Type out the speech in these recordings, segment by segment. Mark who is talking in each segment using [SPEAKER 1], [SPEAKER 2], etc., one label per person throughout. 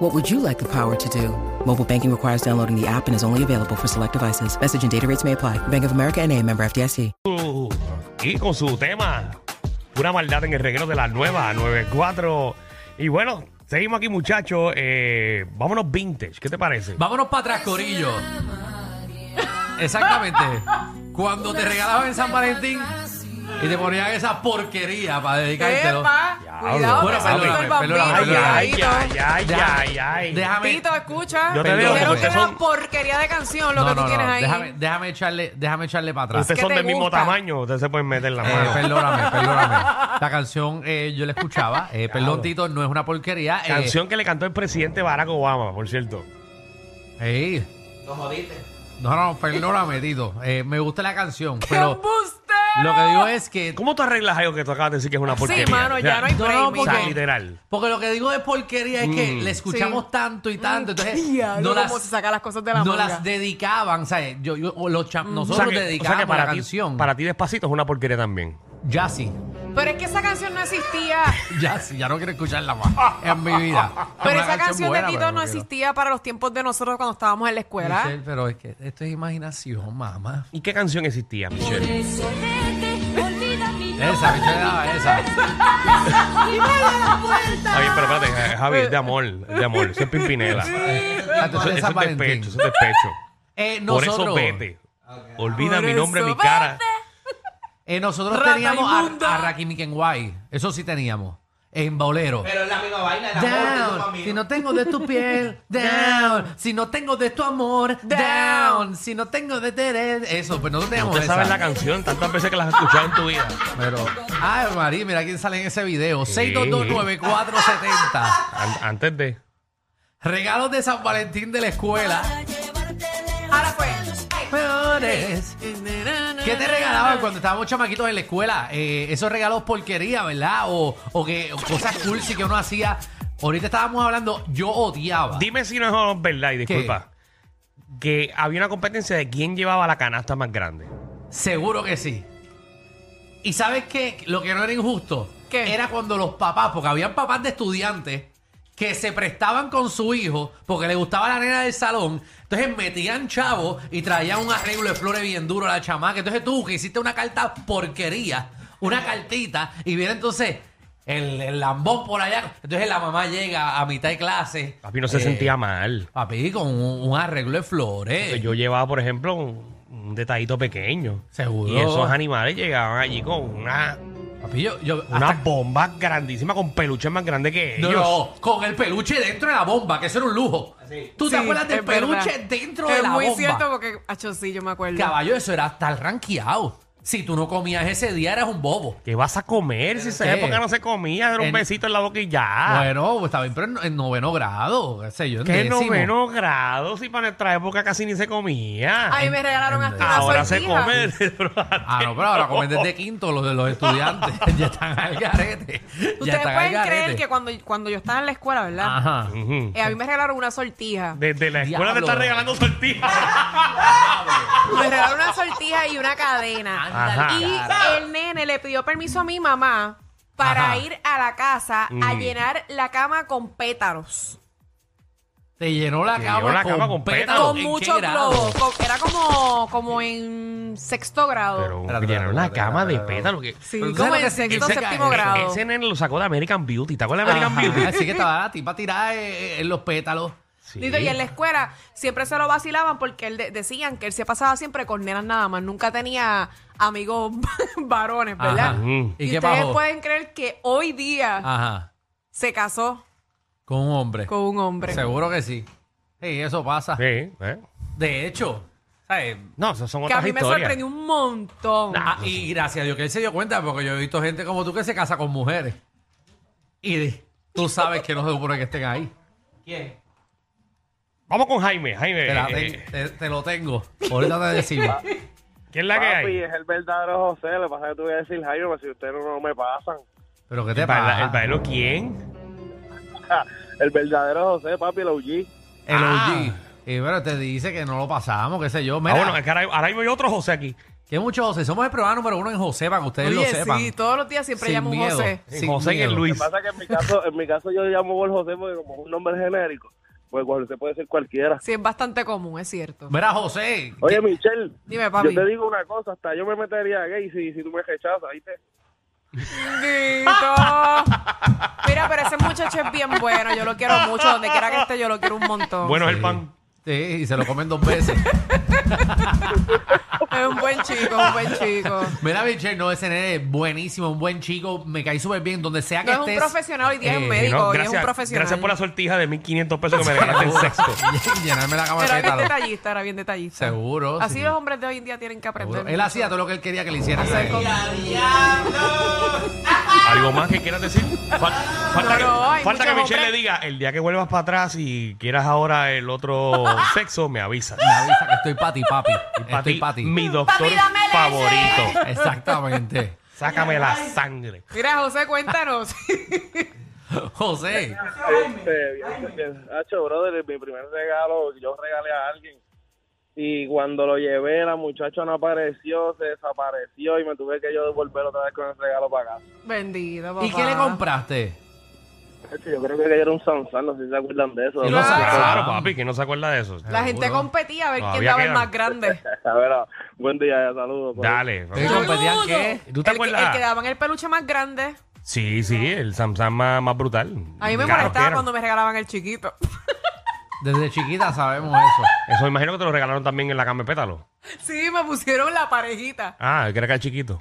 [SPEAKER 1] What would you like the power to do? Mobile banking requires downloading the app and is only available for select devices. Message and data rates may apply. Bank of America and a member FDIC.
[SPEAKER 2] Uh, y con su tema, pura maldad en el reguero de la nueva 94. Y bueno, seguimos aquí, muchachos. Eh, vámonos vintage, ¿qué te parece?
[SPEAKER 3] Vámonos para atrás, Corillo. Exactamente. Cuando te regalaban en San Valentín y te ponían esa porquería para dedicártelo.
[SPEAKER 4] Epa,
[SPEAKER 2] Diablo.
[SPEAKER 4] cuidado,
[SPEAKER 3] Bueno,
[SPEAKER 4] que saltó
[SPEAKER 3] perdóname,
[SPEAKER 4] el bambino,
[SPEAKER 3] perdóname,
[SPEAKER 2] Ay, ay,
[SPEAKER 4] cuidadito.
[SPEAKER 2] ay, ay, ay, ay.
[SPEAKER 3] Déjame.
[SPEAKER 4] Tito, escucha.
[SPEAKER 2] Yo te
[SPEAKER 3] veo
[SPEAKER 4] Dijeron
[SPEAKER 3] como
[SPEAKER 4] que
[SPEAKER 3] que
[SPEAKER 4] es una
[SPEAKER 2] son-
[SPEAKER 4] porquería de canción lo
[SPEAKER 3] No,
[SPEAKER 4] que tú
[SPEAKER 3] no, no.
[SPEAKER 4] tienes ahí.
[SPEAKER 3] Déjame, déjame echarle, déjame echarle para atrás.
[SPEAKER 2] Ustedes
[SPEAKER 4] ¿Qué
[SPEAKER 2] son
[SPEAKER 4] te
[SPEAKER 2] del mismo
[SPEAKER 4] gusta?
[SPEAKER 2] tamaño, ustedes se pueden meter la
[SPEAKER 3] Eh,
[SPEAKER 2] mano.
[SPEAKER 3] perdóname, perdóname. La canción eh, yo la escuchaba. Eh, perdón, Tito, no es una porquería. eh,
[SPEAKER 2] Canción que le cantó el presidente Barack Obama, por cierto.
[SPEAKER 3] ey. No, no, perdóname, Tito. Eh, me gusta la canción, pero
[SPEAKER 4] embuste!
[SPEAKER 3] lo que digo es que
[SPEAKER 2] ¿Cómo tú arreglas algo que tú acabas de decir que es una porquería?
[SPEAKER 4] Sí, mano,
[SPEAKER 2] O
[SPEAKER 4] ya
[SPEAKER 2] sea,
[SPEAKER 4] no hay
[SPEAKER 3] no,
[SPEAKER 4] break,
[SPEAKER 3] no,
[SPEAKER 2] O sea,
[SPEAKER 3] porque-
[SPEAKER 4] mijo.
[SPEAKER 2] literal.
[SPEAKER 3] Porque lo que digo de porquería es
[SPEAKER 2] Mm.
[SPEAKER 3] que le escuchamos
[SPEAKER 4] Sí.
[SPEAKER 3] tanto y tanto. Entonces,
[SPEAKER 4] Diablo,
[SPEAKER 3] no
[SPEAKER 4] cómo se
[SPEAKER 3] las,
[SPEAKER 4] saca las cosas de la
[SPEAKER 3] no
[SPEAKER 4] manga.
[SPEAKER 3] las dedicaban. ¿sabes? Yo, yo- o los cha-
[SPEAKER 2] O
[SPEAKER 3] Nosotros
[SPEAKER 2] sea, que, o sea que
[SPEAKER 3] dedicábamos
[SPEAKER 2] para,
[SPEAKER 3] la
[SPEAKER 2] ti,
[SPEAKER 3] canción.
[SPEAKER 2] para ti despacito es una porquería también.
[SPEAKER 3] Ya sí.
[SPEAKER 4] Pero es que esa canción no existía.
[SPEAKER 3] Ya sí. Ya no quiero escucharla más en mi vida. Es
[SPEAKER 4] Pero
[SPEAKER 3] una
[SPEAKER 4] esa canción
[SPEAKER 3] buena,
[SPEAKER 4] de Tito
[SPEAKER 3] pero
[SPEAKER 4] no
[SPEAKER 3] quiero.
[SPEAKER 4] existía para los tiempos de nosotros cuando estábamos en la escuela.
[SPEAKER 3] Michelle, pero es que esto es imaginación, mamá.
[SPEAKER 2] ¿Y qué canción existía, Michelle?
[SPEAKER 3] Esa, Michelle, daba esa.
[SPEAKER 2] Ah, bien, pero espérate, eh, Javi, es de amor, es de amor, ese es Pimpinela.
[SPEAKER 3] Ah, tú
[SPEAKER 2] Eso,
[SPEAKER 3] eres
[SPEAKER 2] eso
[SPEAKER 3] San
[SPEAKER 2] es
[SPEAKER 3] Valentín.
[SPEAKER 2] despecho, eso es despecho.
[SPEAKER 3] Eh,
[SPEAKER 2] Por
[SPEAKER 3] nosotros,
[SPEAKER 2] eso vete. Olvida
[SPEAKER 4] Por
[SPEAKER 2] mi nombre,
[SPEAKER 4] eso
[SPEAKER 2] mi cara.
[SPEAKER 3] eh, nosotros
[SPEAKER 4] Rata
[SPEAKER 3] teníamos a,
[SPEAKER 4] inmunda.
[SPEAKER 3] a Rakim y Kenway. Eso sí teníamos. En bolero.
[SPEAKER 5] Pero es la misma vaina, el amor de tu
[SPEAKER 3] Down,
[SPEAKER 5] familia.
[SPEAKER 3] si no tengo de tu piel, down. Si no tengo de tu amor, down. Si no tengo de te Eso, pues nosotros teníamos
[SPEAKER 2] Usted
[SPEAKER 3] esa.
[SPEAKER 2] sabe la canción, tantas veces que la has escuchado en tu vida.
[SPEAKER 3] Pero, ay, María, mira quién sale en ese video.
[SPEAKER 2] Sí.
[SPEAKER 3] 6229470.
[SPEAKER 2] An- antes de.
[SPEAKER 3] Regalos de San Valentín de la escuela.
[SPEAKER 4] Ahora pues.
[SPEAKER 3] Peores. ¿Qué te regalaban cuando estábamos chamaquitos en la escuela? Eh, esos regalos porquería, ¿verdad? O, o que o cosas cursi que uno hacía. Ahorita estábamos hablando, yo odiaba.
[SPEAKER 2] Dime si no es verdad, y disculpa. Que había una competencia de quién llevaba la canasta más grande.
[SPEAKER 3] Seguro que sí. ¿Y sabes qué? Lo que no era injusto
[SPEAKER 4] ¿Qué?
[SPEAKER 3] era cuando los papás, porque habían papás de estudiantes que se prestaban con su hijo porque le gustaba la nena del salón. Entonces metían chavos y traían un arreglo de flores bien duro a la chamaca. Entonces tú que hiciste una carta porquería, una cartita, y viene entonces el, el lambón por allá. Entonces la mamá llega a mitad de clase.
[SPEAKER 2] Papi no se
[SPEAKER 3] eh,
[SPEAKER 2] sentía mal.
[SPEAKER 3] Papi, con un, un arreglo de flores.
[SPEAKER 2] Yo llevaba, por ejemplo, un, un detallito pequeño.
[SPEAKER 3] Seguro.
[SPEAKER 2] Y esos animales llegaban allí con una,
[SPEAKER 3] Papi, yo, yo hasta
[SPEAKER 2] unas bombas grandísimas, con peluches más grandes que
[SPEAKER 3] No,
[SPEAKER 2] ellos.
[SPEAKER 3] no, con el peluche dentro de la bomba, que eso era un lujo. ¿Tú te
[SPEAKER 4] Sí,
[SPEAKER 3] acuerdas del
[SPEAKER 4] es verdad.
[SPEAKER 3] peluche dentro
[SPEAKER 4] es
[SPEAKER 3] de la
[SPEAKER 4] muy
[SPEAKER 3] bomba?
[SPEAKER 4] cierto porque, acho, sí, yo me acuerdo.
[SPEAKER 3] Caballo, eso era estar ranqueado. Si tú no comías ese día, eras un bobo.
[SPEAKER 2] ¿Qué vas a comer? Si esa
[SPEAKER 3] ¿Qué?
[SPEAKER 2] época no se comía, era un
[SPEAKER 3] En-
[SPEAKER 2] besito en la boca y ya.
[SPEAKER 3] Bueno, pues, está bien, pero en, en noveno grado, qué sé yo, en
[SPEAKER 2] ¿Qué
[SPEAKER 3] décimo.
[SPEAKER 2] noveno grado? Si para nuestra época casi ni se comía.
[SPEAKER 4] Ay, me regalaron hasta una
[SPEAKER 2] Ahora se
[SPEAKER 4] sortija.
[SPEAKER 2] come.
[SPEAKER 3] Ah, no, pero ahora comen desde quinto los de los estudiantes. ya están al garete. Ya
[SPEAKER 4] Ustedes
[SPEAKER 3] están al
[SPEAKER 4] pueden creer
[SPEAKER 3] garete.
[SPEAKER 4] que cuando, cuando yo estaba en la escuela, ¿verdad?
[SPEAKER 3] Ajá.
[SPEAKER 2] Ujú.
[SPEAKER 4] Eh, a mí me regalaron una sortija.
[SPEAKER 2] Desde la escuela te
[SPEAKER 3] Diablo.
[SPEAKER 2] están regalando sortijas.
[SPEAKER 4] Me regalaron una sortija y una cadena.
[SPEAKER 2] Ajá.
[SPEAKER 4] Y el nene le pidió permiso a mi mamá para
[SPEAKER 3] Ajá.
[SPEAKER 4] ir a la casa a
[SPEAKER 2] Mm.
[SPEAKER 4] llenar la cama con pétalos.
[SPEAKER 3] Te llenó la
[SPEAKER 2] Te
[SPEAKER 3] cama,
[SPEAKER 2] llenó la cama con pétalos.
[SPEAKER 4] con
[SPEAKER 3] Ah, ¿En qué
[SPEAKER 4] muchos
[SPEAKER 3] grado?
[SPEAKER 4] globos. Con- era como, como en sexto grado.
[SPEAKER 2] Pero
[SPEAKER 3] Espérate,
[SPEAKER 2] llenaron la
[SPEAKER 3] espérate,
[SPEAKER 2] cama de
[SPEAKER 3] espérate,
[SPEAKER 2] pétalo. que-
[SPEAKER 4] sí,
[SPEAKER 3] pero tú
[SPEAKER 4] como
[SPEAKER 3] sabes lo
[SPEAKER 4] en
[SPEAKER 3] que se-
[SPEAKER 4] sexto,
[SPEAKER 3] ese-
[SPEAKER 4] séptimo
[SPEAKER 3] ese-
[SPEAKER 4] grado.
[SPEAKER 2] Ese nene lo sacó de American Beauty. ¿Te acuerdas de American
[SPEAKER 3] Ajá,
[SPEAKER 2] Beauty?
[SPEAKER 3] Así que estaba la tipa tirada eh, en los pétalos.
[SPEAKER 2] Sí.
[SPEAKER 4] Dito, y en la escuela siempre se lo vacilaban porque él de- decían que él se pasaba siempre con nenas nada más, nunca tenía amigos varones, ¿verdad?
[SPEAKER 3] Ajá.
[SPEAKER 2] Mm.
[SPEAKER 3] ¿Y
[SPEAKER 4] Y,
[SPEAKER 3] qué
[SPEAKER 4] ustedes
[SPEAKER 3] bajó?
[SPEAKER 4] pueden creer que hoy día
[SPEAKER 3] Ajá.
[SPEAKER 4] se casó
[SPEAKER 3] Con un hombre.
[SPEAKER 4] con un hombre.
[SPEAKER 3] Seguro que sí. Sí, eso pasa.
[SPEAKER 2] Sí, ¿eh?
[SPEAKER 3] De hecho, ¿sabes?
[SPEAKER 2] No, esas son
[SPEAKER 4] que a
[SPEAKER 2] otras
[SPEAKER 4] mí me
[SPEAKER 2] historias.
[SPEAKER 4] sorprendió un montón.
[SPEAKER 3] Ah, y gracias a Dios que él se dio cuenta, porque yo he visto gente como tú que se casa con mujeres. Y de- tú sabes que no se supone que estén ahí.
[SPEAKER 5] ¿Quién?
[SPEAKER 2] Vamos con Jaime. Jaime.
[SPEAKER 3] Espérate,
[SPEAKER 2] eh,
[SPEAKER 3] te, te lo tengo. Ahorita te decimos.
[SPEAKER 2] ¿Qué es la que
[SPEAKER 6] Papi,
[SPEAKER 2] hay?
[SPEAKER 6] es el verdadero José. Lo que pasa es que tuve que decir Jairo, pero si ustedes no me pasan.
[SPEAKER 3] ¿Pero qué
[SPEAKER 2] ¿El
[SPEAKER 3] te
[SPEAKER 2] baila-
[SPEAKER 3] pasa?
[SPEAKER 2] el bailó quién?
[SPEAKER 6] Ja, el verdadero José, papi, la UG.
[SPEAKER 3] El
[SPEAKER 2] Ah.
[SPEAKER 3] OG. Y bueno, te dice que no lo pasamos, qué sé yo.
[SPEAKER 2] Ah,
[SPEAKER 3] Mira,
[SPEAKER 2] bueno, es que ahora, ahora mismo hay otro José aquí.
[SPEAKER 3] que muchos José. Somos el programa número uno en José, para que ustedes lo
[SPEAKER 4] Oye,
[SPEAKER 3] sepan.
[SPEAKER 4] sí, todos los días siempre
[SPEAKER 3] Sin
[SPEAKER 4] llamo un
[SPEAKER 3] miedo.
[SPEAKER 4] José.
[SPEAKER 2] En
[SPEAKER 3] Sin
[SPEAKER 2] José y en
[SPEAKER 3] miedo.
[SPEAKER 6] Lo
[SPEAKER 2] Luis.
[SPEAKER 6] que pasa es que en mi caso, en mi caso yo llamo Gol José porque como es un nombre genérico, pues Gol José puede ser cualquiera.
[SPEAKER 4] Sí, es bastante común, es cierto.
[SPEAKER 3] Mira, José.
[SPEAKER 6] Oye, Michelle,
[SPEAKER 4] Dime, papi.
[SPEAKER 6] yo te digo una cosa, hasta yo me metería gay si, si tú me rechazas, ¿viste?
[SPEAKER 4] Bendito. Mira, pero ese muchacho es bien bueno. Yo lo quiero mucho. Donde quiera que esté, yo lo quiero un montón.
[SPEAKER 2] Bueno, es
[SPEAKER 3] Sí.
[SPEAKER 2] el pan.
[SPEAKER 3] Sí, y se lo comen dos veces.
[SPEAKER 4] Es un buen chico, un buen chico.
[SPEAKER 3] Mira, Michelle, no, ese nene es buenísimo, un buen chico, me cae súper bien, donde sea que
[SPEAKER 4] No es un
[SPEAKER 3] estés. Eh,
[SPEAKER 4] profesional, hoy día es un médico.
[SPEAKER 2] Y no,
[SPEAKER 4] hoy es un
[SPEAKER 2] gracias,
[SPEAKER 4] profesional.
[SPEAKER 2] gracias por la sortija de 1.500 pesos que me regalaste en sexto.
[SPEAKER 3] Y Llenarme la
[SPEAKER 4] Pero
[SPEAKER 3] cama
[SPEAKER 4] era bien
[SPEAKER 3] de
[SPEAKER 4] detallista, era bien detallista.
[SPEAKER 3] Seguro,
[SPEAKER 4] Así
[SPEAKER 3] sí.
[SPEAKER 4] los hombres de hoy en día tienen que aprender.
[SPEAKER 3] Él hacía todo lo que él quería que le hicieran.
[SPEAKER 4] Hacer con-
[SPEAKER 2] ¿Algo más que quieras decir? Fal- falta
[SPEAKER 4] No,
[SPEAKER 2] que,
[SPEAKER 4] no, hay
[SPEAKER 2] falta que
[SPEAKER 4] muchos
[SPEAKER 2] Michelle
[SPEAKER 4] hombres.
[SPEAKER 2] le diga, el día que vuelvas para atrás y quieras ahora el otro sexo, me avisas.
[SPEAKER 3] Me avisa que estoy pati, papi.
[SPEAKER 2] Pa'
[SPEAKER 3] Estoy
[SPEAKER 2] ti,
[SPEAKER 3] pati.
[SPEAKER 2] Mi doctor
[SPEAKER 4] Papi, dame leche.
[SPEAKER 2] favorito.
[SPEAKER 3] Exactamente.
[SPEAKER 2] Sácame la sangre.
[SPEAKER 4] Mira, José, cuéntanos.
[SPEAKER 3] José.
[SPEAKER 6] Este, bien, bien. Hacho, brother, mi primer regalo, yo regalé a alguien. Y cuando lo llevé, la muchacha no apareció, se desapareció y me tuve que yo devolver otra vez con el regalo para casa.
[SPEAKER 4] Bendito, papá.
[SPEAKER 3] ¿Y qué le compraste?
[SPEAKER 6] Este, yo creo que era un Samsung, no sé si se acuerdan de eso.
[SPEAKER 3] Y
[SPEAKER 6] ¿no?
[SPEAKER 3] lo sacaron.
[SPEAKER 2] Claro, papi, que no se acuerda de eso.
[SPEAKER 4] La gente
[SPEAKER 3] Seguro.
[SPEAKER 4] competía a ver quién
[SPEAKER 2] Todavía
[SPEAKER 4] daba el
[SPEAKER 2] quedan.
[SPEAKER 4] más grande.
[SPEAKER 6] A ver, ah, buen día, saludos. pues.
[SPEAKER 2] Dale.
[SPEAKER 3] ¿Te competían qué?
[SPEAKER 2] ¿Tú te
[SPEAKER 4] el, que,
[SPEAKER 2] acuerdas?
[SPEAKER 4] el que daban el peluche más grande.
[SPEAKER 2] Sí, sí, el Samsung más, más brutal.
[SPEAKER 4] A mí me
[SPEAKER 2] Caro que
[SPEAKER 4] molestaba
[SPEAKER 2] era.
[SPEAKER 4] cuando me regalaban el chiquito.
[SPEAKER 3] Desde chiquita sabemos eso.
[SPEAKER 2] Eso imagino que te lo regalaron también en la cama de pétalo.
[SPEAKER 4] Sí, me pusieron la parejita.
[SPEAKER 2] Ah, el que era acá el chiquito.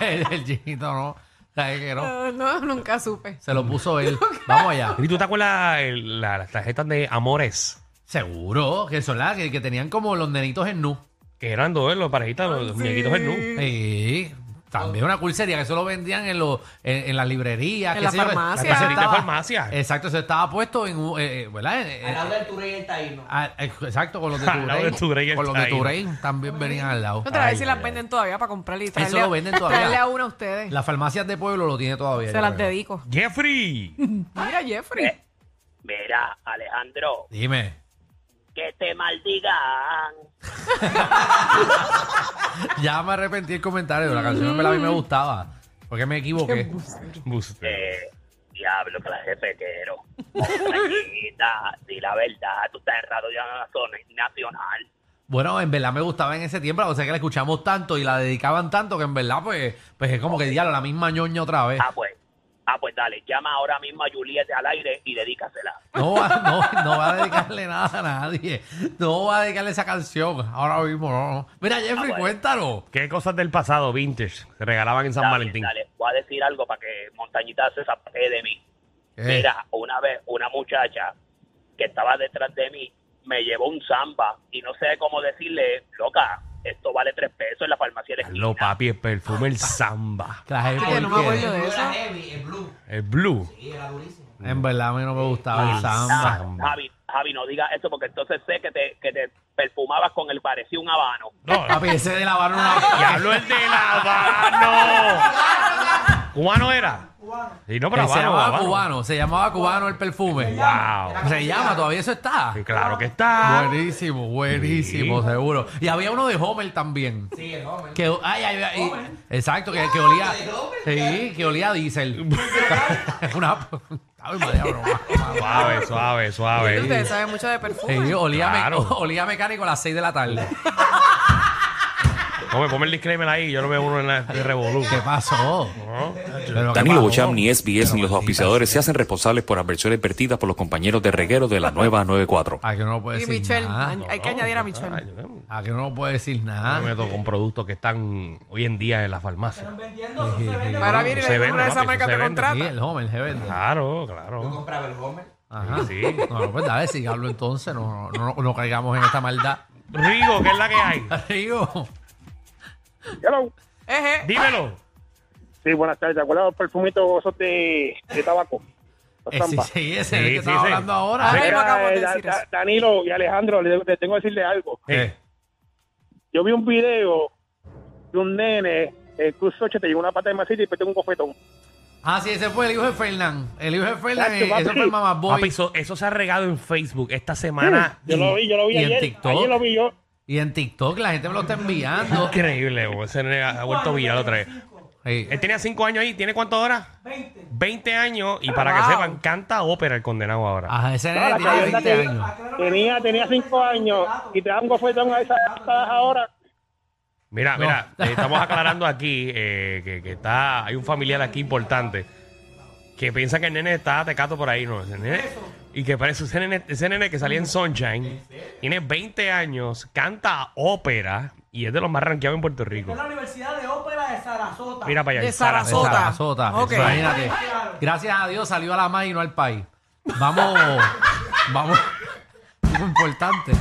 [SPEAKER 3] El, el chiquito no. ¿Sabes que no?
[SPEAKER 4] No, Ah, no, nunca supe.
[SPEAKER 3] Se lo puso él. Vamos allá.
[SPEAKER 2] ¿Y tú te acuerdas el- la- las tarjetas de Amores?
[SPEAKER 3] Seguro, que son las que, que tenían como los nenitos en nu.
[SPEAKER 2] Que eran dos, los parejitas, los muñequitos en nu.
[SPEAKER 3] Sí, también una cursería que eso lo vendían en, los en, en las librerías.
[SPEAKER 4] En
[SPEAKER 3] qué
[SPEAKER 4] la
[SPEAKER 3] sé yo, que-
[SPEAKER 4] farmacia.
[SPEAKER 3] eso
[SPEAKER 4] La
[SPEAKER 2] caserita de
[SPEAKER 3] estaba- Eh.
[SPEAKER 2] farmacia.
[SPEAKER 3] Exacto, eso estaba puesto en un... eh, eh, ¿Verdad? Eh,
[SPEAKER 5] Al
[SPEAKER 3] eh,
[SPEAKER 5] lado del Turey y el Taíno.
[SPEAKER 3] ah, eh, exacto, con los de
[SPEAKER 2] Al lado de Turey
[SPEAKER 3] Turein.
[SPEAKER 2] el
[SPEAKER 3] Con los de
[SPEAKER 2] Taíno.
[SPEAKER 3] Turein también venían al lado.
[SPEAKER 4] Otra
[SPEAKER 2] Ay,
[SPEAKER 4] vez si las
[SPEAKER 2] ay,
[SPEAKER 4] venden todavía para comprarle y traerle,
[SPEAKER 3] lo venden todavía.
[SPEAKER 4] traerle a una a ustedes.
[SPEAKER 3] Las farmacias de pueblo lo tiene todavía.
[SPEAKER 4] Se
[SPEAKER 3] yo
[SPEAKER 4] las
[SPEAKER 3] creo.
[SPEAKER 4] dedico.
[SPEAKER 2] Jeffrey.
[SPEAKER 4] Mira, Jeffrey.
[SPEAKER 7] Mira, Alejandro,
[SPEAKER 3] Dime.
[SPEAKER 7] que te maldigan.
[SPEAKER 3] Ya me arrepentí el comentario. La canción en verdad a mí me gustaba. Porque me
[SPEAKER 2] Eh,
[SPEAKER 3] equivoqué.
[SPEAKER 2] Buster.
[SPEAKER 7] Eh, diablo, clase pequero. Montañita, di la verdad, tú estás en Radio Nacional.
[SPEAKER 2] Eh.
[SPEAKER 3] Bueno, en verdad me gustaba en ese tiempo. O sea que la escuchamos tanto y la dedicaban tanto que en verdad, pues, pues es como que diablo, la misma ñoña otra vez.
[SPEAKER 7] Ah, pues, ah, pues dale, llama ahora mismo a Juliette al aire y dedícasela.
[SPEAKER 3] No va, no, no va a dedicarle nada a nadie. No va a dedicarle esa canción. Ahora mismo, no. no. Mira, Jeffrey,
[SPEAKER 7] bueno.
[SPEAKER 3] cuéntanos.
[SPEAKER 2] ¿Qué cosas del pasado, vintage, se regalaban en San
[SPEAKER 7] Dale,
[SPEAKER 2] Valentín?
[SPEAKER 7] Dale, voy a decir algo para que Montañita se saque de mí.
[SPEAKER 3] Eh,
[SPEAKER 7] Mira, una vez una muchacha que estaba detrás de mí me llevó un samba y no sé cómo decirle, loca, esto vale tres pesos en la farmacia de la
[SPEAKER 2] Lo
[SPEAKER 7] esquina".
[SPEAKER 2] papi, el perfume, el samba,
[SPEAKER 3] clase de
[SPEAKER 4] Ay, yo no me
[SPEAKER 3] porquería.
[SPEAKER 4] acuerdo de eso.
[SPEAKER 5] Era heavy, el blue.
[SPEAKER 2] el blue.
[SPEAKER 5] Sí, era durísimo.
[SPEAKER 3] En verdad a mí no me gustaba el
[SPEAKER 7] Ah,
[SPEAKER 3] samba.
[SPEAKER 7] Javi, Javi, no digas eso porque entonces sé que te, que te perfumabas con el parecía un habano.
[SPEAKER 2] No,
[SPEAKER 3] Papi, ese de la varona.
[SPEAKER 2] diablo el de la Habano. ¿Cubano era? Sí, no, pero
[SPEAKER 3] eh, se
[SPEAKER 2] Habano,
[SPEAKER 3] llamaba
[SPEAKER 2] Habano.
[SPEAKER 3] cubano. Se llamaba cubano el perfume.
[SPEAKER 2] Wow.
[SPEAKER 3] Se llama, todavía eso está.
[SPEAKER 2] Sí, Claro que está.
[SPEAKER 3] Buenísimo, buenísimo,
[SPEAKER 2] Sí.
[SPEAKER 3] seguro. Y había uno de Homer también.
[SPEAKER 5] Sí, el hombre.
[SPEAKER 3] Que, ay, ay, ay, exacto, que, que olía. Sí, que olía a diésel. Una. Ay, madre, broma.
[SPEAKER 2] Suave, suave, suave.
[SPEAKER 4] Ustedes saben mucho de perfume.
[SPEAKER 3] Sí, olía, me-
[SPEAKER 2] Claro.
[SPEAKER 3] olía mecánico a las 6 de la tarde.
[SPEAKER 2] Come, ponme el disclaimer ahí, yo no veo uno en la de Revolú.
[SPEAKER 3] ¿Qué pasó? Pero, ¿qué
[SPEAKER 8] Danilo
[SPEAKER 3] pasó?
[SPEAKER 8] Bocham, ni SBS, ni los
[SPEAKER 3] Pero,
[SPEAKER 8] auspiciadores se hacen responsables por adversiones vertidas por los compañeros de reguero de la nueva 94.
[SPEAKER 3] A Ah, que
[SPEAKER 2] pues,
[SPEAKER 3] no puede
[SPEAKER 4] Y
[SPEAKER 3] decir
[SPEAKER 4] Michelle,
[SPEAKER 3] nada.
[SPEAKER 4] hay que añadir a Michelle.
[SPEAKER 2] Ay, Ah, yo-
[SPEAKER 3] A que no puede decir
[SPEAKER 2] Ah, me
[SPEAKER 3] nada.
[SPEAKER 2] meto con productos que están hoy en día en la farmacia.
[SPEAKER 5] Vendiendo, eso se vende.
[SPEAKER 4] Para viene
[SPEAKER 2] se
[SPEAKER 4] de
[SPEAKER 2] vende,
[SPEAKER 4] una de esas
[SPEAKER 2] papi,
[SPEAKER 4] marcas
[SPEAKER 2] eso
[SPEAKER 4] te
[SPEAKER 2] se vende.
[SPEAKER 3] Sí,
[SPEAKER 4] contrata.
[SPEAKER 3] el Homer, se vende.
[SPEAKER 2] Claro,
[SPEAKER 5] Yo
[SPEAKER 2] claro.
[SPEAKER 5] compraba el Homer.
[SPEAKER 3] Ajá.
[SPEAKER 2] Sí.
[SPEAKER 3] No, pues dale, sigamos entonces. No, no, no, no caigamos en esta maldad.
[SPEAKER 2] Rigo, ¿qué es la que hay?
[SPEAKER 3] Rigo.
[SPEAKER 6] Hello.
[SPEAKER 4] Eje.
[SPEAKER 2] Dímelo.
[SPEAKER 6] Sí, buenas tardes. ¿Te acuerdas de los perfumitos esos de, de tabaco? Los
[SPEAKER 3] Eh, sí,
[SPEAKER 6] zambas.
[SPEAKER 3] sí, ese es
[SPEAKER 2] Sí,
[SPEAKER 3] el que
[SPEAKER 2] sí,
[SPEAKER 3] estaba
[SPEAKER 2] sí.
[SPEAKER 3] hablando ahora.
[SPEAKER 4] Ahora
[SPEAKER 6] Mira,
[SPEAKER 4] mismo acabamos de
[SPEAKER 6] eh,
[SPEAKER 4] decir
[SPEAKER 6] Da-
[SPEAKER 4] eso.
[SPEAKER 6] Da- Danilo y Alejandro, les les tengo que decirle algo.
[SPEAKER 3] Eh,
[SPEAKER 6] Yo vi un video de un nene, el Cruz 8, te llegó una pata de masita y pegó un cofetón.
[SPEAKER 3] Ah, sí, ese fue el hijo de Fernán. El hijo de Fernán,
[SPEAKER 6] Chacho,
[SPEAKER 3] eh,
[SPEAKER 6] papi.
[SPEAKER 3] eso fue el mamá boy.
[SPEAKER 2] Papi, eso, eso se ha regado en Facebook esta semana.
[SPEAKER 6] Yo lo vi, yo lo vi
[SPEAKER 3] y en
[SPEAKER 6] ayer.
[SPEAKER 3] TikTok.
[SPEAKER 6] Ayer lo vi yo.
[SPEAKER 3] Y en TikTok la gente me lo está enviando.
[SPEAKER 2] Increíble, bo. se le ha ha vuelto viral otra vez.
[SPEAKER 3] Sí.
[SPEAKER 2] Él tenía 5 años ahí, ¿tiene cuánto ahora?
[SPEAKER 5] 20.
[SPEAKER 2] 20 años y para
[SPEAKER 4] Wow.
[SPEAKER 2] que sepan, canta ópera el condenado ahora.
[SPEAKER 3] Ajá, ese
[SPEAKER 6] No,
[SPEAKER 3] nene
[SPEAKER 6] la
[SPEAKER 4] Ah,
[SPEAKER 3] tiene
[SPEAKER 6] cabeza
[SPEAKER 3] 20
[SPEAKER 6] que-
[SPEAKER 3] años.
[SPEAKER 6] Tenía, tenía cinco años y te dan un cofetón a esas patas ahora.
[SPEAKER 2] Mira,
[SPEAKER 3] No.
[SPEAKER 2] mira, eh, estamos aclarando aquí eh, que, que está, hay un familiar aquí importante que piensa que el nene está tecato por ahí, ¿no? Ese nene- y que parece ese nene, ese nene que salía en Sunshine, tiene 20 años, canta ópera y es de los más rankeados en Puerto Rico.
[SPEAKER 5] Es la Universidad de Ópera de Sarasota.
[SPEAKER 2] Mira para allá.
[SPEAKER 4] De
[SPEAKER 2] Sara-
[SPEAKER 4] Sarasota.
[SPEAKER 3] De Sarasota.
[SPEAKER 4] Ok.
[SPEAKER 3] Imagínate. Gracias a Dios salió a la más y no al país. Vamos, vamos. Tipo importante.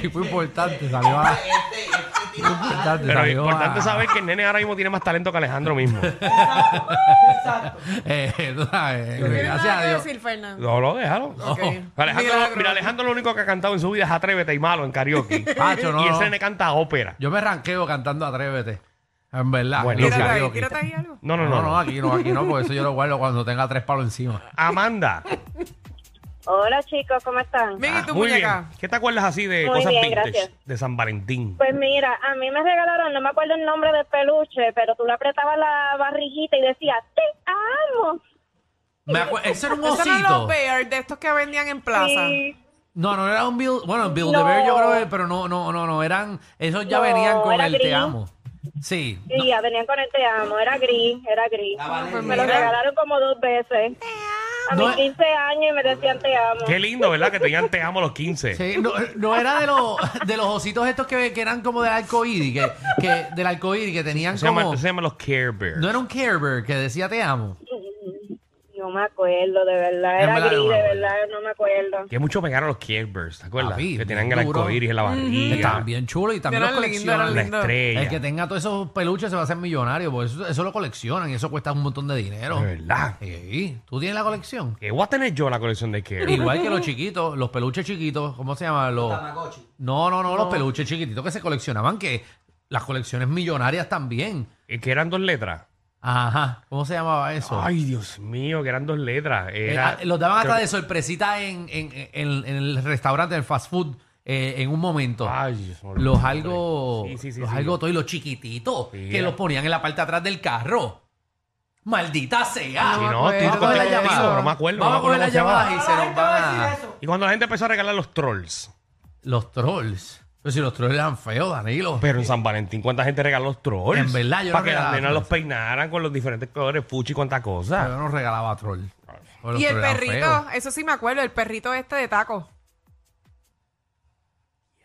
[SPEAKER 3] Tipo importante. Salió a la.
[SPEAKER 4] Este,
[SPEAKER 3] Tipo importante.
[SPEAKER 2] Pero
[SPEAKER 3] salió
[SPEAKER 2] importante
[SPEAKER 3] a-
[SPEAKER 2] saber que el nene ahora mismo tiene más talento que Alejandro mismo.
[SPEAKER 3] Eh, tú sabes,
[SPEAKER 4] ¿Tienes
[SPEAKER 3] gracias
[SPEAKER 4] nada
[SPEAKER 3] a
[SPEAKER 4] que
[SPEAKER 3] Dios.
[SPEAKER 4] decir, Fernando?
[SPEAKER 2] No, no, déjalo.
[SPEAKER 4] Ok.
[SPEAKER 2] Oh, Alejandro,
[SPEAKER 4] Milagro.
[SPEAKER 2] mira, Alejandro lo único que ha cantado en su vida es Atrévete y Malo en karaoke.
[SPEAKER 3] Pacho, no,
[SPEAKER 2] Y ese
[SPEAKER 3] no.
[SPEAKER 2] nene canta ópera.
[SPEAKER 3] Yo me ranqueo cantando Atrévete. En verdad.
[SPEAKER 2] Bueno,
[SPEAKER 3] en
[SPEAKER 2] tírate
[SPEAKER 4] Tírate ahí,
[SPEAKER 3] karaoke.
[SPEAKER 4] tírate ahí algo.
[SPEAKER 2] No, no,
[SPEAKER 3] No,
[SPEAKER 2] no.
[SPEAKER 3] no,
[SPEAKER 2] no.
[SPEAKER 3] aquí no, aquí no, por eso yo lo guardo cuando tenga tres palos encima.
[SPEAKER 2] Amanda.
[SPEAKER 9] Hola chicos, ¿cómo están?
[SPEAKER 4] Mira, y tu
[SPEAKER 2] Ah, Muy
[SPEAKER 4] muñeca.
[SPEAKER 2] bien. ¿Qué te acuerdas así de
[SPEAKER 9] Muy
[SPEAKER 2] cosas
[SPEAKER 9] bien,
[SPEAKER 2] vintage
[SPEAKER 9] gracias.
[SPEAKER 2] de San Valentín?
[SPEAKER 9] Pues mira, a mí me regalaron, no me acuerdo el nombre del peluche, pero tú le apretabas la barriguita y decías, te amo.
[SPEAKER 3] Me acu- ese era un
[SPEAKER 4] Esos eran los
[SPEAKER 3] osito.
[SPEAKER 4] bears de estos que vendían en plaza.
[SPEAKER 9] Sí,
[SPEAKER 3] No, no era un Bill, bueno, Bill
[SPEAKER 9] No.
[SPEAKER 3] de Bear yo creo, que- pero no, no, no, no, eran, esos ya
[SPEAKER 9] No,
[SPEAKER 3] venían con
[SPEAKER 9] era
[SPEAKER 3] el te
[SPEAKER 9] gris.
[SPEAKER 3] amo. Sí.
[SPEAKER 9] sí, ya venían con el te amo, era gris, era gris.
[SPEAKER 5] La
[SPEAKER 4] Pues
[SPEAKER 5] Valeria.
[SPEAKER 9] Me lo regalaron como dos veces. A
[SPEAKER 3] No
[SPEAKER 9] mis
[SPEAKER 3] es-
[SPEAKER 9] 15 años y me decían te amo.
[SPEAKER 2] Qué lindo, ¿verdad? Que tenían Te amo los 15.
[SPEAKER 3] Sí, no, no era de los de los ositos estos que, que eran como del arcoíris, que, que del arcoíris que tenían
[SPEAKER 2] Se, llama,
[SPEAKER 3] como
[SPEAKER 2] se llama los Care Bears.
[SPEAKER 3] no era un Care Bear que decía te amo.
[SPEAKER 9] No me acuerdo, de verdad,
[SPEAKER 3] En
[SPEAKER 9] era
[SPEAKER 3] verdad,
[SPEAKER 9] gris,
[SPEAKER 3] no me
[SPEAKER 9] de
[SPEAKER 3] acuerdo.
[SPEAKER 9] verdad, no me acuerdo.
[SPEAKER 2] Que mucho pegaron los Care Bears, ¿te acuerdas?
[SPEAKER 3] Papi,
[SPEAKER 2] que tenían el
[SPEAKER 3] bien duro.
[SPEAKER 2] arcoíris en la barriga,
[SPEAKER 3] Estaban bien chulos y también
[SPEAKER 4] Eran
[SPEAKER 3] los
[SPEAKER 4] lindos, eran
[SPEAKER 3] coleccionan.
[SPEAKER 2] la
[SPEAKER 4] lindo.
[SPEAKER 2] estrella.
[SPEAKER 3] El que tenga todos esos peluches se va a hacer millonario, porque eso, eso lo coleccionan y eso cuesta un montón de dinero.
[SPEAKER 2] De verdad.
[SPEAKER 3] Sí, ¿Tú tienes la colección?
[SPEAKER 2] Que voy a tener yo la colección de Care Bears.
[SPEAKER 3] Igual que los chiquitos, los peluches chiquitos, ¿cómo se llaman? Los...
[SPEAKER 5] Tamagotchi.
[SPEAKER 3] No, no, no, los peluches chiquititos que se coleccionaban, que las colecciones millonarias también.
[SPEAKER 2] Y que eran dos letras.
[SPEAKER 3] Ajá, ¿cómo se llamaba eso?
[SPEAKER 2] Ay, Dios mío, que eran dos letras.
[SPEAKER 3] Eh,
[SPEAKER 2] Era,
[SPEAKER 3] ah, los daban hasta
[SPEAKER 2] creo-
[SPEAKER 3] de sorpresita en, en- en- en el restaurante, en el fast food, eh, en un momento.
[SPEAKER 2] Ay, Dios mío.
[SPEAKER 3] los algo,
[SPEAKER 2] Sí, sí, sí,
[SPEAKER 3] los
[SPEAKER 2] sí.
[SPEAKER 3] algo toy, los chiquititos,
[SPEAKER 2] Sí,
[SPEAKER 3] que
[SPEAKER 2] ya.
[SPEAKER 3] los ponían en la parte de atrás del carro. Maldita sea.
[SPEAKER 2] Ah, Sí,
[SPEAKER 4] No me
[SPEAKER 2] no, estoy contigo,
[SPEAKER 4] acuerdo. Vamos a la llamada.
[SPEAKER 2] no me acuerdo.
[SPEAKER 3] Vamos a
[SPEAKER 2] no me
[SPEAKER 3] coger
[SPEAKER 2] acuerdo
[SPEAKER 3] las
[SPEAKER 2] cómo se llamaba.
[SPEAKER 3] llamadas y se nos van a...
[SPEAKER 2] Y cuando la gente empezó a regalar los trolls.
[SPEAKER 3] Los trolls. Pero si los trolls eran feos, Danilo.
[SPEAKER 2] Pero en San Valentín, ¿cuánta gente regaló los trolls?
[SPEAKER 3] En verdad, yo no
[SPEAKER 2] Para que las
[SPEAKER 3] regalaba
[SPEAKER 2] nenas los
[SPEAKER 3] trolls.
[SPEAKER 2] peinaran con los diferentes colores, puchi, cuánta cosa.
[SPEAKER 3] Yo no regalaba troll. Porque los
[SPEAKER 4] Y el
[SPEAKER 3] trolls eran
[SPEAKER 4] perrito,
[SPEAKER 3] feos.
[SPEAKER 4] eso sí me acuerdo, el perrito este de taco.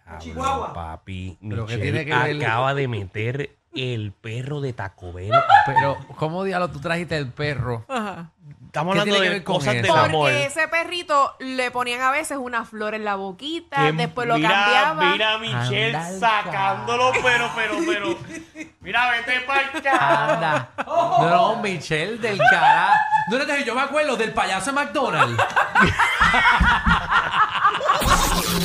[SPEAKER 2] Diablo,
[SPEAKER 5] Chihuahua.
[SPEAKER 2] Papi,
[SPEAKER 3] Pero que
[SPEAKER 2] Michelle
[SPEAKER 3] tiene que ver-
[SPEAKER 2] acaba de meter el perro de Taco Bell.
[SPEAKER 3] Pero, ¿cómo diablo tú trajiste el perro?
[SPEAKER 4] Ajá.
[SPEAKER 2] Estamos
[SPEAKER 3] ¿Qué
[SPEAKER 2] hablando
[SPEAKER 3] tiene que
[SPEAKER 2] de
[SPEAKER 3] ver con
[SPEAKER 2] cosas
[SPEAKER 3] eso?
[SPEAKER 2] del
[SPEAKER 4] Porque
[SPEAKER 2] amor.
[SPEAKER 4] ese perrito le ponían a veces una flor en la boquita,
[SPEAKER 2] Que
[SPEAKER 4] después lo
[SPEAKER 2] mira,
[SPEAKER 4] cambiaban.
[SPEAKER 2] Mira a Michelle
[SPEAKER 3] Anda al
[SPEAKER 2] sacándolo, pero, pero, pero. Mira, vete para acá.
[SPEAKER 3] Anda. No, Michelle del cara. No, no, no, yo me acuerdo del payaso de McDonald's.